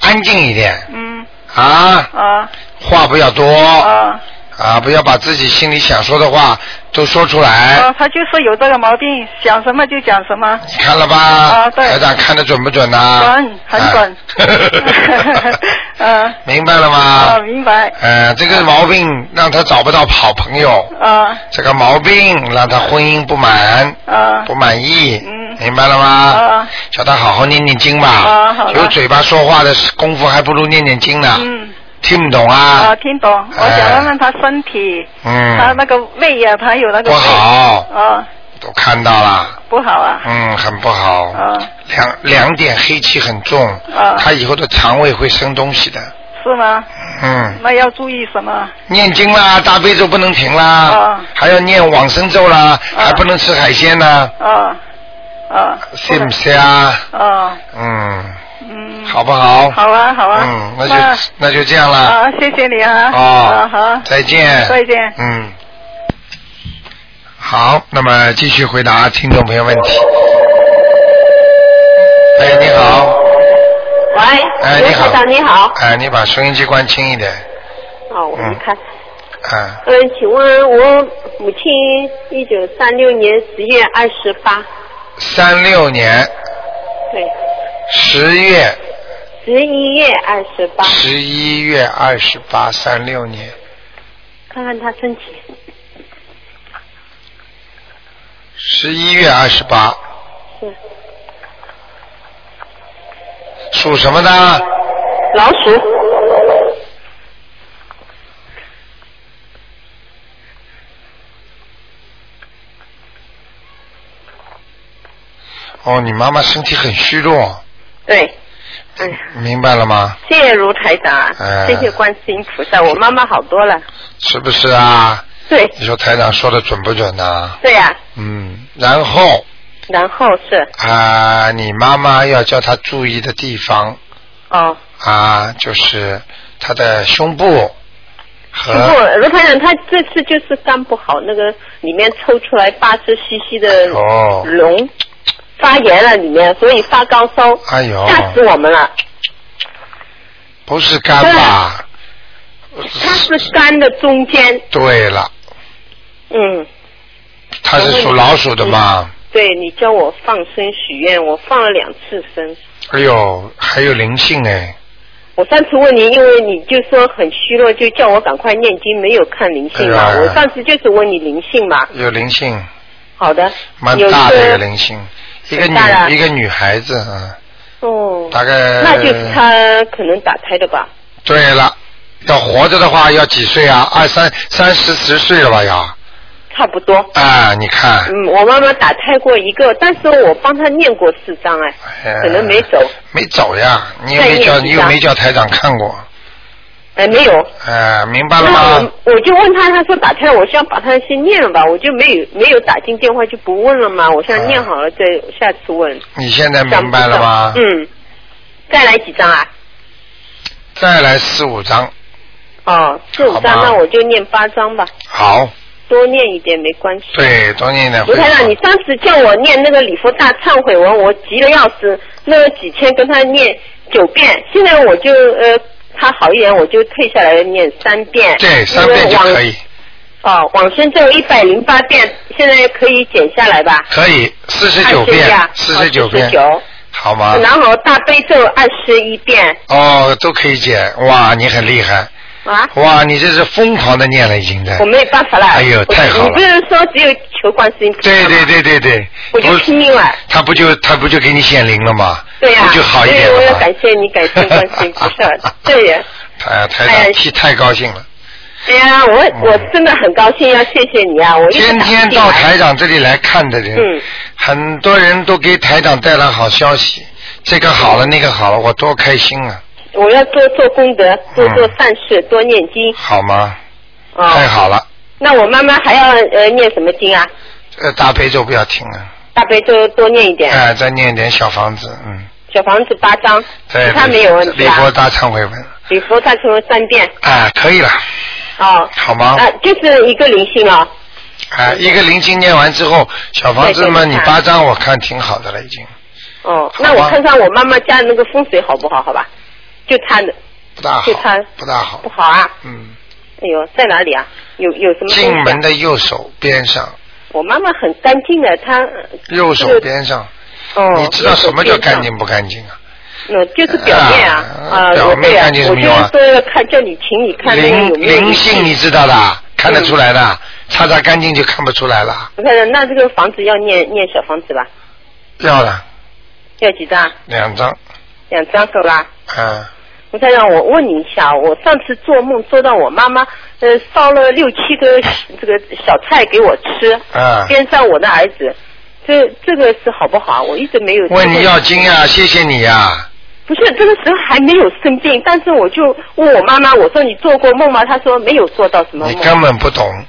Speaker 1: 安静一点
Speaker 3: 嗯，
Speaker 1: 啊，
Speaker 3: 啊
Speaker 1: 话不要多
Speaker 3: 啊，
Speaker 1: 啊，不要把自己心里想说的话都说出来
Speaker 3: 哦，，她就是有这个毛病，想什么就讲什么。
Speaker 1: 你看了吧？
Speaker 3: 啊对
Speaker 1: 台长看的准不准呐？
Speaker 3: 准很准
Speaker 1: 啊
Speaker 3: 嗯
Speaker 1: 明白了吗
Speaker 3: 啊，？明白。
Speaker 1: 呃，这个毛病让他找不到好朋友，
Speaker 3: 啊
Speaker 1: 这个毛病让他婚姻不满。
Speaker 3: 啊
Speaker 1: 不满意，
Speaker 3: 嗯
Speaker 1: 明白了吗？
Speaker 3: 啊
Speaker 1: 叫他好好念念经吧。
Speaker 3: 啊好的
Speaker 1: 有嘴巴说话的功夫还不如念念经呢。
Speaker 3: 嗯
Speaker 1: 听不懂啊哎
Speaker 3: 啊，？听懂。我想问问他身体，他
Speaker 1: 嗯，
Speaker 3: 那个胃呀，他有那
Speaker 1: 不
Speaker 3: 个胃。
Speaker 1: 好，
Speaker 3: 啊，
Speaker 1: 都看到了，
Speaker 3: 不好啊。
Speaker 1: 嗯，很不好。
Speaker 3: 啊，
Speaker 1: 两两点黑气很重，
Speaker 3: 啊
Speaker 1: 他以后的肠胃会生东西的。
Speaker 3: 是吗？
Speaker 1: 嗯，
Speaker 3: 那要注意什么？
Speaker 1: 念经啦，大悲咒不能停啦，
Speaker 3: 啊
Speaker 1: 还要念往生咒啦，
Speaker 3: 啊
Speaker 1: 还不能吃海鲜呢，
Speaker 3: 啊啊。不
Speaker 1: 是
Speaker 3: 能
Speaker 1: 不是啊？
Speaker 3: 啊，
Speaker 1: 嗯，
Speaker 3: 嗯。。
Speaker 1: 好不好？
Speaker 3: 好啊，好啊。
Speaker 1: 嗯，那就那就这样啦。
Speaker 3: 啊，谢谢你啊。
Speaker 1: 哦，
Speaker 3: 啊好。
Speaker 1: 再见，
Speaker 3: 再见
Speaker 1: 嗯，好，那么继续回答听众朋友问题。哎，你好，
Speaker 6: 喂，
Speaker 1: 哎，
Speaker 6: 刘
Speaker 1: 你好
Speaker 6: 台，长你好。
Speaker 1: 哎，你把收音机关轻一点，
Speaker 6: 哦，我
Speaker 1: 嗯
Speaker 6: 没看。
Speaker 1: 啊，
Speaker 6: 嗯，请问我母亲一九三六年十月二十八，
Speaker 1: 三六年
Speaker 6: 对，
Speaker 1: 十月
Speaker 6: 十一月二十八，
Speaker 1: 十一月二十八，三六年
Speaker 6: 看看她身体。
Speaker 1: 十一月二十八，
Speaker 6: 是
Speaker 1: 属什么的？
Speaker 6: 老鼠。
Speaker 1: 哦，你妈妈身体很虚弱，
Speaker 6: 对，哎呀，
Speaker 1: 明白了吗？
Speaker 6: 谢谢卢台长啊
Speaker 1: 哎，
Speaker 6: 谢谢观世音菩萨，我妈妈好多了。
Speaker 1: 是不是啊？
Speaker 6: 对，
Speaker 1: 你说台长说的准不准呢、
Speaker 6: 对呀、
Speaker 1: 嗯，然后
Speaker 6: 然后是
Speaker 1: 啊、你妈妈要叫她注意的地方
Speaker 6: 哦，
Speaker 1: 啊、就是她的胸部，
Speaker 6: 师
Speaker 1: 和
Speaker 6: 傅，罗台长，他这次就是肝不好，那个里面抽出来八十 cc 的
Speaker 1: 哦，
Speaker 6: 脓发炎了里面，所以发高烧，
Speaker 1: 哎呦，
Speaker 6: 吓死我们了。
Speaker 1: 不是肝吧？呃
Speaker 6: 它是肝的中间，
Speaker 1: 对了，
Speaker 6: 嗯，
Speaker 1: 它是属老鼠的嘛？
Speaker 6: 对你叫我放生许愿，我放了两次生。
Speaker 1: 哎呦，还有灵性哎，
Speaker 6: 我上次问你，因为你就说很虚弱，就叫我赶快念经，没有看灵性嘛。
Speaker 1: 哎呀
Speaker 6: 我上次就是问你灵性嘛。
Speaker 1: 有灵性，
Speaker 6: 好的，
Speaker 1: 蛮
Speaker 6: 有一
Speaker 1: 大的一个
Speaker 6: 个
Speaker 1: 灵性，一个
Speaker 6: 很大的
Speaker 1: 女一个女孩子啊，
Speaker 6: 哦，
Speaker 1: 大概
Speaker 6: 那就是他可能打胎的吧？
Speaker 1: 对了，要活着的话要几岁啊？二三三十十岁了吧要？
Speaker 6: 差不多。
Speaker 1: 啊，你看，
Speaker 6: 嗯，我妈妈打胎过一个，但是我帮她念过四张哎，
Speaker 1: 哎呀
Speaker 6: 可能没走，
Speaker 1: 没走呀？你又
Speaker 6: 再
Speaker 1: 没
Speaker 6: 念
Speaker 1: 叫
Speaker 6: 几
Speaker 1: 你又
Speaker 6: 张
Speaker 1: 没叫台长看过？
Speaker 6: 哎没有。
Speaker 1: 哎，明白了
Speaker 6: 那
Speaker 1: 吗？
Speaker 6: 我我就问她，她说打胎了，我想把她先念了吧，我就没有没有打进电话就不问了嘛，我想念好了再下次问。
Speaker 1: 你现在哎明白了吗？
Speaker 6: 嗯，再来几张啊？
Speaker 1: 再来四五张，
Speaker 6: 哦，四五
Speaker 1: 好吧
Speaker 6: 张，那我就念八张吧，
Speaker 1: 好，
Speaker 6: 多念一点没关系。
Speaker 1: 对，多念点。
Speaker 6: 卢台长，你上次叫我念那个礼佛大忏悔文，我急得要死，那个几天跟他念九遍，现在我就呃，他好一点，我就退下来念三遍。
Speaker 1: 对三遍就可以，
Speaker 6: 那个往。哦，往生咒一百零八遍，现在可以减下来吧？
Speaker 1: 可以四十九
Speaker 6: 按顺序
Speaker 1: 遍
Speaker 6: 啊，
Speaker 1: 四十九遍，
Speaker 6: 哦
Speaker 1: 好吗
Speaker 6: 49，？然后大悲咒二十一遍
Speaker 1: 哦，都可以解，哇，你很厉害，
Speaker 6: 啊，
Speaker 1: 哇，你这是疯狂的念了已经在
Speaker 6: 我。没有办法了。
Speaker 1: 哎呦
Speaker 6: 我
Speaker 1: 太好了
Speaker 6: 你不是说只有求观世音菩萨
Speaker 1: 对
Speaker 6: 吗
Speaker 1: 对，对对对，
Speaker 6: 我就
Speaker 1: 不
Speaker 6: 拼命了。
Speaker 1: 他不就他不就给你显灵了吗？
Speaker 6: 对呀、
Speaker 1: 不就好一点了吗
Speaker 6: 所以我要感谢你，感谢观世音菩 萨。对呀。
Speaker 1: 台台长
Speaker 6: 哎呀
Speaker 1: 替太高兴了，
Speaker 6: 哎呀，
Speaker 1: 嗯
Speaker 6: 我我真的很高兴，要谢谢你啊！我一直
Speaker 1: 天
Speaker 6: 打不
Speaker 1: 天
Speaker 6: 进
Speaker 1: 到
Speaker 6: 来
Speaker 1: 台长这里来看的人，
Speaker 6: 嗯
Speaker 1: 很多人都给台长带来好消息，这个好了那个好了，我多开心啊，
Speaker 6: 我要多做功德，多
Speaker 1: 嗯
Speaker 6: 做善事，多念经
Speaker 1: 好吗？
Speaker 6: 啊、
Speaker 1: 太好了，
Speaker 6: 那我妈妈还要呃念什么经啊？
Speaker 1: 呃，大悲咒不要停了，
Speaker 6: 大悲咒多念一点，
Speaker 1: 哎、再念点小房子，嗯，
Speaker 6: 小房子八章，其
Speaker 1: 对，
Speaker 6: 他没有问题啊
Speaker 1: 礼佛
Speaker 6: 吧？
Speaker 1: 大忏悔文，
Speaker 6: 礼佛大忏悔三遍
Speaker 1: 啊，可以了，
Speaker 6: 哦，
Speaker 1: 好吗？
Speaker 6: 啊，就是一个灵性哦，
Speaker 1: 啊，一个灵经念完之后，小房子嘛，
Speaker 6: 对对
Speaker 1: 你
Speaker 6: 对
Speaker 1: 八张我看挺好的了，已经
Speaker 6: 哦，
Speaker 1: 好吧
Speaker 6: 那我看看我妈妈家那个风水好不好？好吧，就她的
Speaker 1: 不大好
Speaker 6: 就它，
Speaker 1: 不大好
Speaker 6: 不，好啊。
Speaker 1: 嗯，
Speaker 6: 哎呦，在哪里啊？有有什么
Speaker 1: 进
Speaker 6: 风水
Speaker 1: 门
Speaker 6: 啊？
Speaker 1: 的右手边上，
Speaker 6: 我妈妈很干净的，她
Speaker 1: 右手边上，
Speaker 6: 嗯哦，
Speaker 1: 你知道什么叫干净
Speaker 6: 吗？
Speaker 1: 不干净啊？
Speaker 6: 那呃就是表面啊，
Speaker 1: 啊
Speaker 6: 啊，
Speaker 1: 表面
Speaker 6: 我对啊
Speaker 1: 干净什么用啊
Speaker 6: 我就是说看叫你，请你看那个
Speaker 1: 灵
Speaker 6: 有没嗯有
Speaker 1: 灵性你知道的啊，看得出来的，擦擦干净就看不出来了，
Speaker 6: 我看那这个房子要念念小房子吧？
Speaker 1: 要了
Speaker 6: 要几张？
Speaker 1: 两张，
Speaker 6: 两张够啦。
Speaker 1: 啊，
Speaker 6: 我再让我问你一下，我上次做梦做到我妈妈呃烧了六七个这个小菜给我吃，
Speaker 1: 啊
Speaker 6: 边上我的儿子，这这个是好不好啊？我一直没有
Speaker 1: 问你要经呀，谢谢你啊呀，
Speaker 6: 不是，这个时候还没有生病，但是我就问我妈妈，我说你做过梦吗？她说没有做到什么
Speaker 1: 你
Speaker 6: 梦。
Speaker 1: 根本不懂。
Speaker 6: 嗯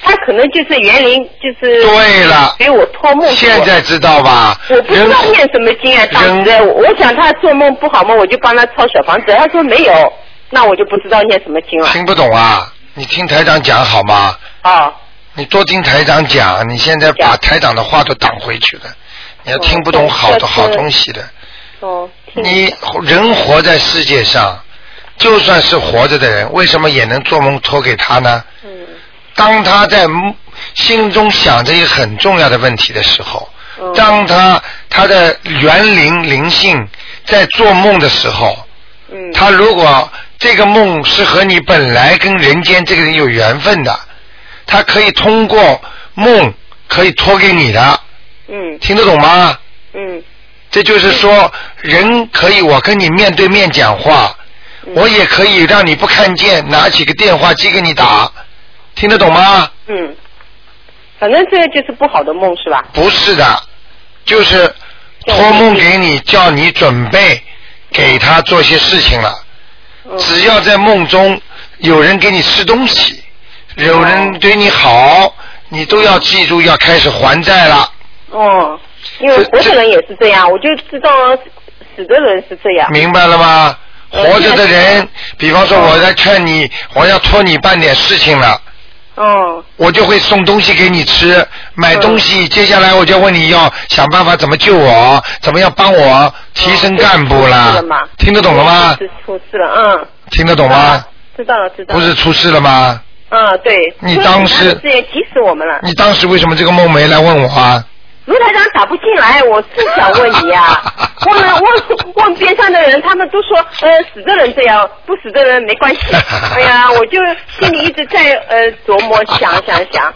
Speaker 6: 她可能就是园林，就是
Speaker 1: 对了
Speaker 6: 给我托哎梦给我。
Speaker 1: 现在知道吧？
Speaker 6: 我不知道
Speaker 1: 人
Speaker 6: 念什么经啊，当时
Speaker 1: 人
Speaker 6: 我想她做梦不好梦，我就帮她抄小房子，她说没有，那我就不知道念什么经了。
Speaker 1: 听不懂啊？你听台长讲好吗？
Speaker 6: 哦，
Speaker 1: 你多听台长讲，你现在把
Speaker 6: 讲
Speaker 1: 台长的话都挡回去了。你要
Speaker 6: 哦
Speaker 1: 听不懂
Speaker 6: 对
Speaker 1: 好的
Speaker 6: 这
Speaker 1: 好
Speaker 6: 是
Speaker 1: 东西的，
Speaker 6: 哦，听
Speaker 1: 你人活在世界上，就算是活着的人，为什么也能做梦托给他呢？
Speaker 6: 嗯，
Speaker 1: 当他在梦心中想着一个很重要的问题的时候，
Speaker 6: 嗯
Speaker 1: 当他他的园灵灵性在做梦的时候，
Speaker 6: 嗯，
Speaker 1: 他如果这个梦是和你本来跟人间这个人有缘分的，他可以通过梦可以托给你的，
Speaker 6: 嗯
Speaker 1: 听得懂吗？
Speaker 6: 嗯，
Speaker 1: 这就是说，人可以我跟你面对面讲话，
Speaker 6: 嗯
Speaker 1: 我也可以让你不看见，拿起个电话机给你打，听得懂吗？
Speaker 6: 嗯，反正这个就是不好的梦是吧？
Speaker 1: 不是的，就是托梦给你，叫你准备给他做些事情了。
Speaker 6: 嗯
Speaker 1: 只要在梦中有人给你吃东西，有人对你好，你都要记住要开始还债了，
Speaker 6: 哦，因为活的人也是这样，我就知道死的人是这样。
Speaker 1: 明白了吗？活着的人，比方说我在劝你，我要托你办点事情了，
Speaker 6: 哦，
Speaker 1: 我就会送东西给你吃，买东西。
Speaker 6: 嗯
Speaker 1: 接下来我就问你要想办法怎么救我，怎么样帮我提升干部
Speaker 6: 出事
Speaker 1: 啦
Speaker 6: 了嘛？
Speaker 1: 听得懂了吗？
Speaker 6: 是出事了，嗯，
Speaker 1: 听得懂吗？
Speaker 6: 知道了，知道了。
Speaker 1: 不是，出事了吗？
Speaker 6: 啊，对。
Speaker 1: 你当时
Speaker 6: 是也急死我们了。
Speaker 1: 你当时为什么这个梦没来问我啊？，，
Speaker 6: 卢台长打不进来，我是想问你啊问了问问边上的人，他们都说，呃，死的人这样，不死的人没关系。哎呀，我就心里一直在呃琢磨，想想想，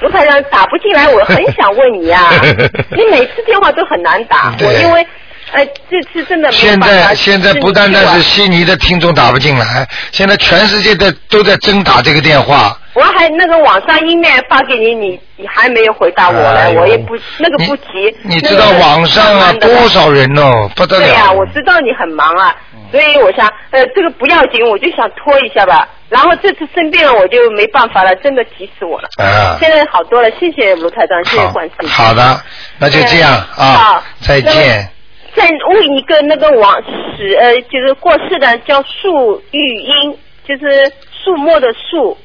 Speaker 6: 卢台长打不进来，我很想问你啊 你每次电话都很难打，
Speaker 1: 对
Speaker 6: 我因为呃这次真的没有
Speaker 1: 现
Speaker 6: 办法
Speaker 1: 在现在不单单是悉尼的听众打不进来，现在全世界的都在争打这个电话。
Speaker 6: 我还那个网上音面发给你，你你还没有回答啊我呢，
Speaker 1: 哎呦
Speaker 6: 我也不那个不急。
Speaker 1: 你你
Speaker 6: 那个
Speaker 1: 知道网上啊
Speaker 6: 慢慢地来
Speaker 1: 多少人哦，不得了。
Speaker 6: 对呀、我知道你很忙啊，
Speaker 1: 嗯
Speaker 6: 所以我想，呃，这个不要紧，我就想拖一下吧。然后这次生病了，我就没办法了，真的急死我了。
Speaker 1: 啊，
Speaker 6: 现在好多了，谢谢卢台长，谢谢
Speaker 1: 好
Speaker 6: 关心。
Speaker 1: 好的，那就这样
Speaker 6: 嗯
Speaker 1: 啊
Speaker 6: 好，
Speaker 1: 再见。
Speaker 6: 再问一个那个王史，呃，就是过世的叫树玉英，就是树木的树，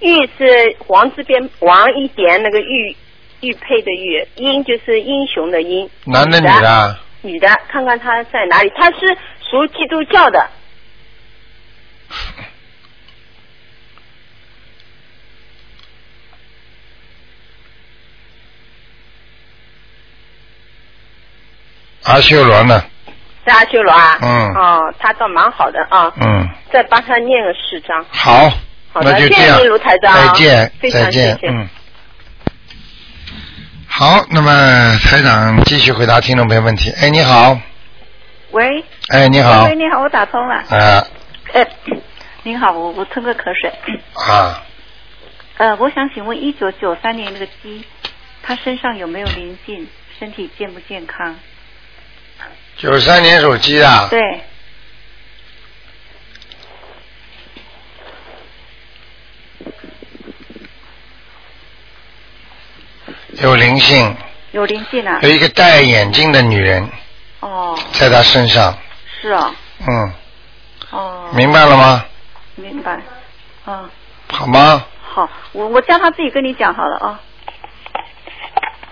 Speaker 6: 玉是王字边王一点那个玉玉佩的玉，英就是英雄的英。
Speaker 1: 男的女的啊？
Speaker 6: 女的，看看她在哪里。她是属基督教的，
Speaker 1: 阿修罗呢？
Speaker 6: 在阿修罗啊。
Speaker 1: 嗯
Speaker 6: 哦，她倒蛮好的啊，
Speaker 1: 嗯，
Speaker 6: 再帮她念个四章。
Speaker 1: 好，
Speaker 6: 好的
Speaker 1: 那就这
Speaker 6: 谢
Speaker 1: 样
Speaker 6: 谢您卢台。长
Speaker 1: 再见，
Speaker 6: 非常
Speaker 1: 再见
Speaker 6: 谢，谢
Speaker 1: 嗯。好，那么台长继续回答听众朋友问题。哎，你好，
Speaker 3: 喂，
Speaker 1: 哎，你好
Speaker 3: 喂，，你好，我打通了。
Speaker 1: 啊
Speaker 3: 呃，您好，我我吞个口水。
Speaker 1: 啊，
Speaker 3: 呃，我想请问，一九九三年那个鸡，它身上有没有灵性？身体健不健康？
Speaker 1: 九三年手机啊，
Speaker 3: 对，
Speaker 1: 有灵性，
Speaker 3: 有灵性啊
Speaker 1: 有。一个戴眼镜的女人
Speaker 3: 哦，
Speaker 1: 在她身上，
Speaker 3: 是哦，
Speaker 1: 嗯，
Speaker 3: 哦，
Speaker 1: 明白了吗？
Speaker 3: 明白。啊、
Speaker 1: 好吗？
Speaker 3: 好，我我叫他自己跟你讲好了啊、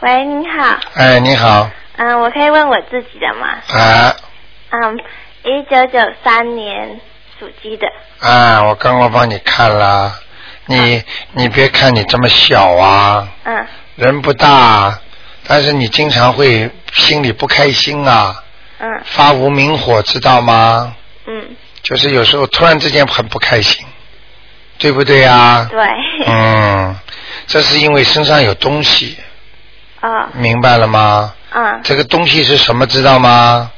Speaker 5: 喂，你好，
Speaker 1: 哎，你好，
Speaker 5: 嗯，我可以问我自己的吗？
Speaker 1: 啊
Speaker 5: 嗯，一九九三年属鸡的，
Speaker 1: 啊，我刚刚帮你看了，你你别看你这么小啊，
Speaker 5: 嗯，
Speaker 1: 人不大，但是你经常会心里不开心啊，
Speaker 5: 嗯
Speaker 1: 发无名火，知道吗？
Speaker 5: 嗯，
Speaker 1: 就是有时候突然之间很不开心，对不对啊？
Speaker 5: 对，
Speaker 1: 嗯，这是因为身上有东西，
Speaker 5: 哦，
Speaker 1: 明白了吗？
Speaker 5: 嗯
Speaker 1: 这个东西是什么，知道吗？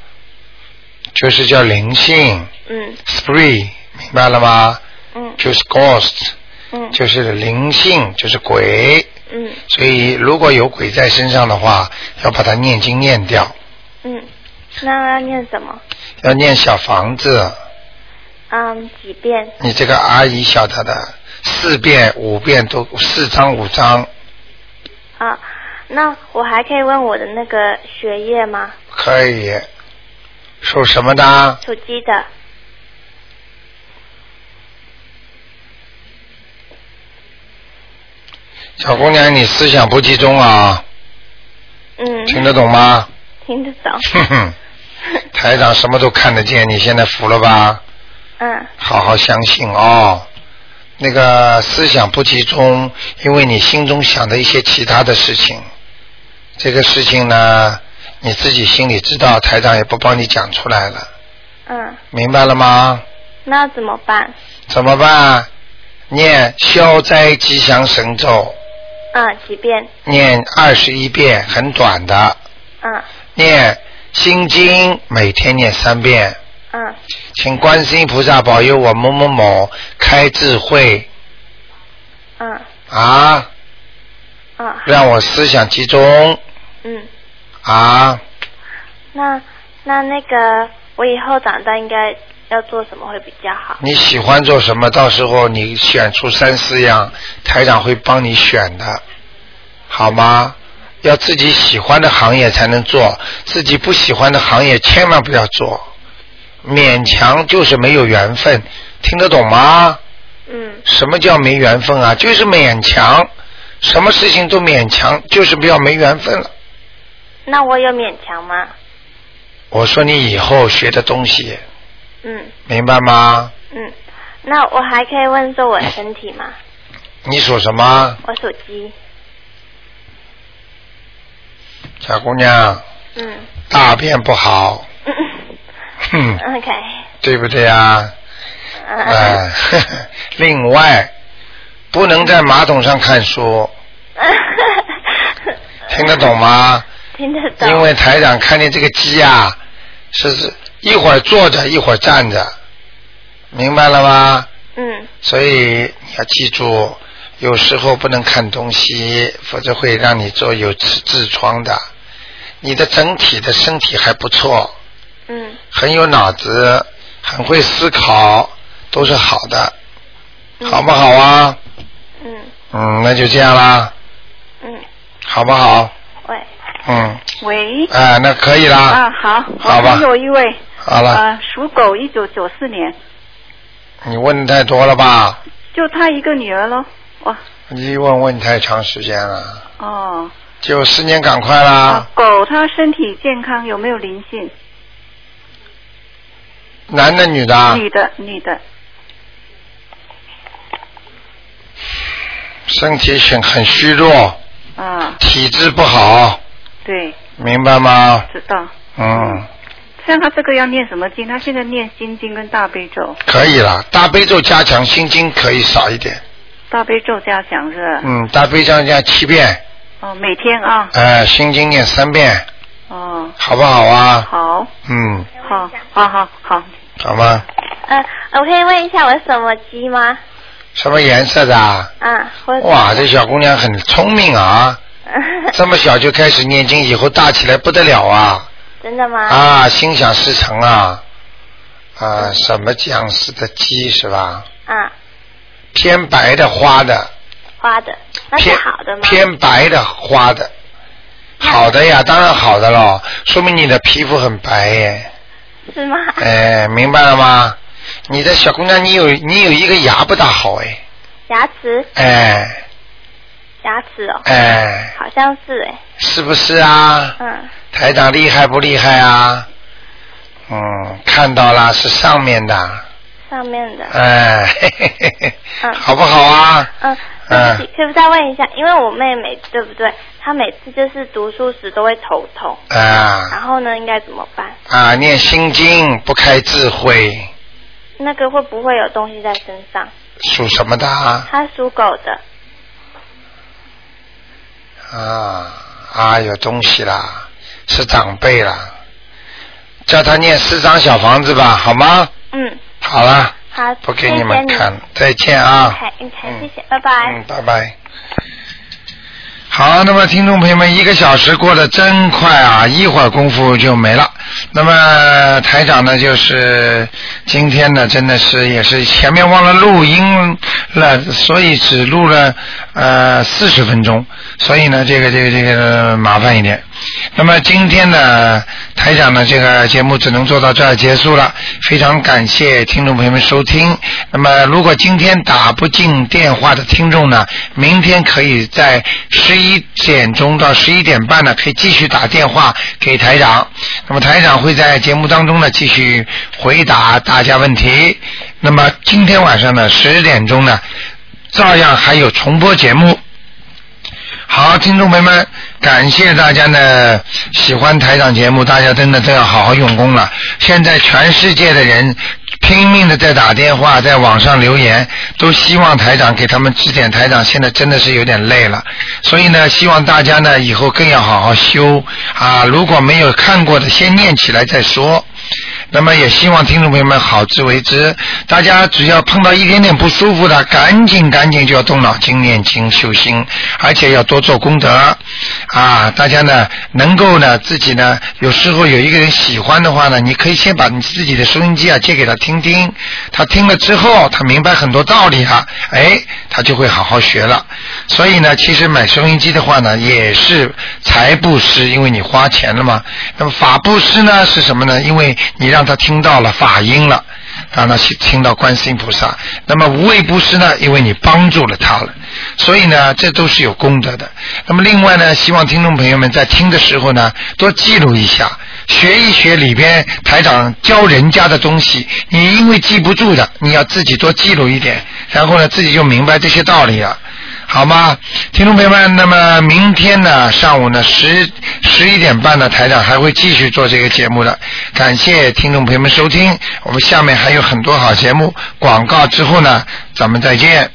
Speaker 1: 就是叫灵性
Speaker 5: 嗯
Speaker 1: （spirit），明白了吗？
Speaker 5: 嗯
Speaker 1: 就是 ghost，
Speaker 5: 嗯
Speaker 1: 就是灵性，就是鬼。
Speaker 5: 嗯
Speaker 1: 所以如果有鬼在身上的话，要把它念经念掉，
Speaker 5: 嗯，那要念什么？
Speaker 1: 要念小房子。
Speaker 5: 嗯，几遍？
Speaker 1: 你这个阿姨晓得的，四遍、五遍都四张五张
Speaker 5: 啊、那我还可以问我的那个学业吗？
Speaker 1: 可以。属什么的？
Speaker 5: 属鸡的，
Speaker 1: 小姑娘，你思想不集中啊，
Speaker 5: 嗯，
Speaker 1: 听得懂吗？
Speaker 5: 听得懂，
Speaker 1: 哼哼，台长什么都看得见，你现在服了吧？
Speaker 5: 嗯
Speaker 1: 好好相信哦。那个思想不集中，因为你心中想的一些其他的事情，这个事情呢，你自己心里知道，台长也不帮你讲出来了，
Speaker 5: 嗯，
Speaker 1: 明白了吗？
Speaker 5: 那要怎么办？
Speaker 1: 怎么办？念消灾吉祥神咒，
Speaker 5: 嗯，几遍？
Speaker 1: 念二十一遍，很短的；
Speaker 5: 嗯
Speaker 1: 念心经，每天念三遍。
Speaker 5: 嗯
Speaker 1: 请观世音菩萨保佑我某某某开智慧
Speaker 5: 嗯
Speaker 1: 啊！
Speaker 5: 嗯，好
Speaker 1: 让我思想集中
Speaker 5: 嗯。
Speaker 1: 啊！
Speaker 5: 那那那个，我以后长大应该要做什么会比较好？
Speaker 1: 你喜欢做什么？到时候你选出三四样，台长会帮你选的，好吗？要自己喜欢的行业才能做，自己不喜欢的行业千万不要做。勉强就是没有缘分，听得懂吗？
Speaker 5: 嗯
Speaker 1: 什么叫没缘分啊？就是勉强，什么事情都勉强，就是比较没缘分了。
Speaker 5: 那我有勉强吗？
Speaker 1: 我说你以后学的东西，
Speaker 5: 嗯
Speaker 1: 明白吗？
Speaker 5: 嗯，那我还可以问说我的身体吗？
Speaker 1: 你属什么，
Speaker 5: 我属鸡，
Speaker 1: 小姑娘？
Speaker 5: 嗯
Speaker 1: 大便不好，
Speaker 5: 嗯嗯
Speaker 1: 哼，
Speaker 5: 嗯，OK，
Speaker 1: 对不对啊？
Speaker 5: 嗯
Speaker 1: 哎、
Speaker 5: 嗯
Speaker 1: 呵呵另外，不能在马桶上看书，
Speaker 5: 嗯，
Speaker 1: 听得懂吗？
Speaker 5: 听得懂，
Speaker 1: 因为台长看见这个鸡啊，是是一会儿坐着一会儿站着，明白了吗？
Speaker 5: 嗯
Speaker 1: 所以你要记住，有时候不能看东西，否则会让你做有痔痔疮的。你的整体的身体还不错，
Speaker 5: 嗯
Speaker 1: 很有脑子，很会思考，都是好的，
Speaker 5: 嗯
Speaker 1: 好不好啊？
Speaker 5: 嗯
Speaker 1: 嗯，那就这样啦，
Speaker 5: 嗯，
Speaker 1: 好不好？
Speaker 5: 喂，
Speaker 1: 嗯，
Speaker 3: 喂，
Speaker 1: 哎，那可以啦，
Speaker 3: 啊好，我
Speaker 1: 好吧
Speaker 3: 还有一位，
Speaker 1: 好了，
Speaker 3: 呃，属狗，一九九四年，
Speaker 1: 你问的太多了吧？
Speaker 3: 就他一个女儿喽，哇，
Speaker 1: 你一问问太长时间了，
Speaker 3: 哦，啊
Speaker 1: 九四年赶快啦，
Speaker 3: 狗它身体健康，有没有灵性？
Speaker 1: 男的女的啊？
Speaker 3: 女的，女的，
Speaker 1: 身体很很虚弱，
Speaker 3: 啊，
Speaker 1: 体质不好，
Speaker 3: 对，
Speaker 1: 明白吗？
Speaker 3: 知道。
Speaker 1: 嗯，
Speaker 3: 像他这个要念什么经？他现在念心经跟大悲咒，
Speaker 1: 可以了。大悲咒加强，心经可以少一点。
Speaker 3: 大悲咒加强是吧？
Speaker 1: 嗯，大悲咒加七遍，
Speaker 3: 哦，每天啊，
Speaker 1: 呃，心经念三遍，
Speaker 3: 哦，
Speaker 1: 好不好啊？
Speaker 3: 好，
Speaker 1: 嗯，
Speaker 3: 好，好好好，
Speaker 1: 好吗？
Speaker 5: 呃，我可以问一下我什么鸡吗？
Speaker 1: 什么颜色的啊？
Speaker 5: 啊，或者
Speaker 1: 哇，这小姑娘很聪明啊，这么小就开始念经，以后大起来不得了啊！
Speaker 5: 真的吗？
Speaker 1: 啊，心想事成啊！啊，什么僵尸的鸡是吧？
Speaker 5: 啊，
Speaker 1: 偏白的花的，
Speaker 5: 花的，那是
Speaker 1: 偏
Speaker 5: 好的吗？
Speaker 1: 偏白的花的，好的呀，当然好的咯，说明你的皮肤很白耶。
Speaker 5: 是吗？
Speaker 1: 哎，明白了吗？你的小姑娘，你有你有一个牙不大好哎，
Speaker 5: 牙齿，
Speaker 1: 哎
Speaker 5: 牙齿哦，
Speaker 1: 哎，
Speaker 5: 好像是哎，
Speaker 1: 是不是啊？
Speaker 5: 嗯
Speaker 1: 台长厉害不厉害啊？嗯，看到啦，是上面的，，
Speaker 5: 上面的，
Speaker 1: 哎，嘿嘿嘿嘿
Speaker 5: 嗯
Speaker 1: 好不好啊？
Speaker 5: 嗯，对
Speaker 1: 哎
Speaker 5: 不起，可不可以再问一下？因为我妹妹对不对？她每次就是读书时都会头痛，然
Speaker 1: 啊
Speaker 5: 后呢，应该怎么办？
Speaker 1: 啊，念心经不开智慧，
Speaker 5: 那个会不会有东西在身上？
Speaker 1: 属什么的啊？
Speaker 5: 她属狗的，
Speaker 1: 啊啊，有东西啦，是长辈啦，叫他念四张小房子吧，好吗？
Speaker 5: 嗯，
Speaker 1: 好了，
Speaker 5: 好，
Speaker 1: 不给
Speaker 5: 谢谢
Speaker 1: 你们看，
Speaker 5: 你
Speaker 1: 了，再见啊。
Speaker 5: OK，OK，谢谢
Speaker 1: 嗯，
Speaker 5: 拜拜
Speaker 1: 嗯，拜拜。好，那么听众朋友们，一个小时过得真快啊，一会儿功夫就没了。那么台长呢，就是今天呢，真的是也是前面忘了录音了，所以只录了呃四十分钟，所以呢，这个这个这个麻烦一点。那么今天呢，台长呢这个节目只能做到这儿结束了，非常感谢听众朋友们收听。那么如果今天打不进电话的听众呢，明天可以在十一点钟到十一点半呢，可以继续打电话给台长。那么台长会在节目当中呢继续回答大家问题。那么今天晚上呢十点钟呢，照样还有重播节目。好，听众朋友们，感谢大家呢喜欢台长节目，大家真的都要好好用功了。现在全世界的人拼命的在打电话，在网上留言，都希望台长给他们指点。台长现在真的是有点累了，所以呢，希望大家呢以后更要好好修啊！如果没有看过的，先念起来再说。那么也希望听众朋友们好自为之。大家只要碰到一点点不舒服的，赶紧赶紧就要动脑筋念经修心，而且要多做功德啊！大家呢能够呢自己呢，有时候有一个人喜欢的话呢，你可以先把你自己的收音机啊借给他听听，他听了之后，他明白很多道理啊，哎，他就会好好学了。所以呢，其实买收音机的话呢，也是财布施，因为你花钱了嘛。那么法布施呢是什么呢？因为你让让他听到了法音了，让他听听到观世音菩萨。那么无畏布施呢，因为你帮助了他了，所以呢，这都是有功德的。那么另外呢，希望听众朋友们在听的时候呢，多记录一下，学一学里边台长教人家的东西。你因为记不住的，你要自己多记录一点，然后呢，自己就明白这些道理了。好吗？听众朋友们，那么明天呢，上午呢十十一点半呢，台长还会继续做这个节目的。感谢听众朋友们收听，我们下面还有很多好节目，广告之后呢，咱们再见。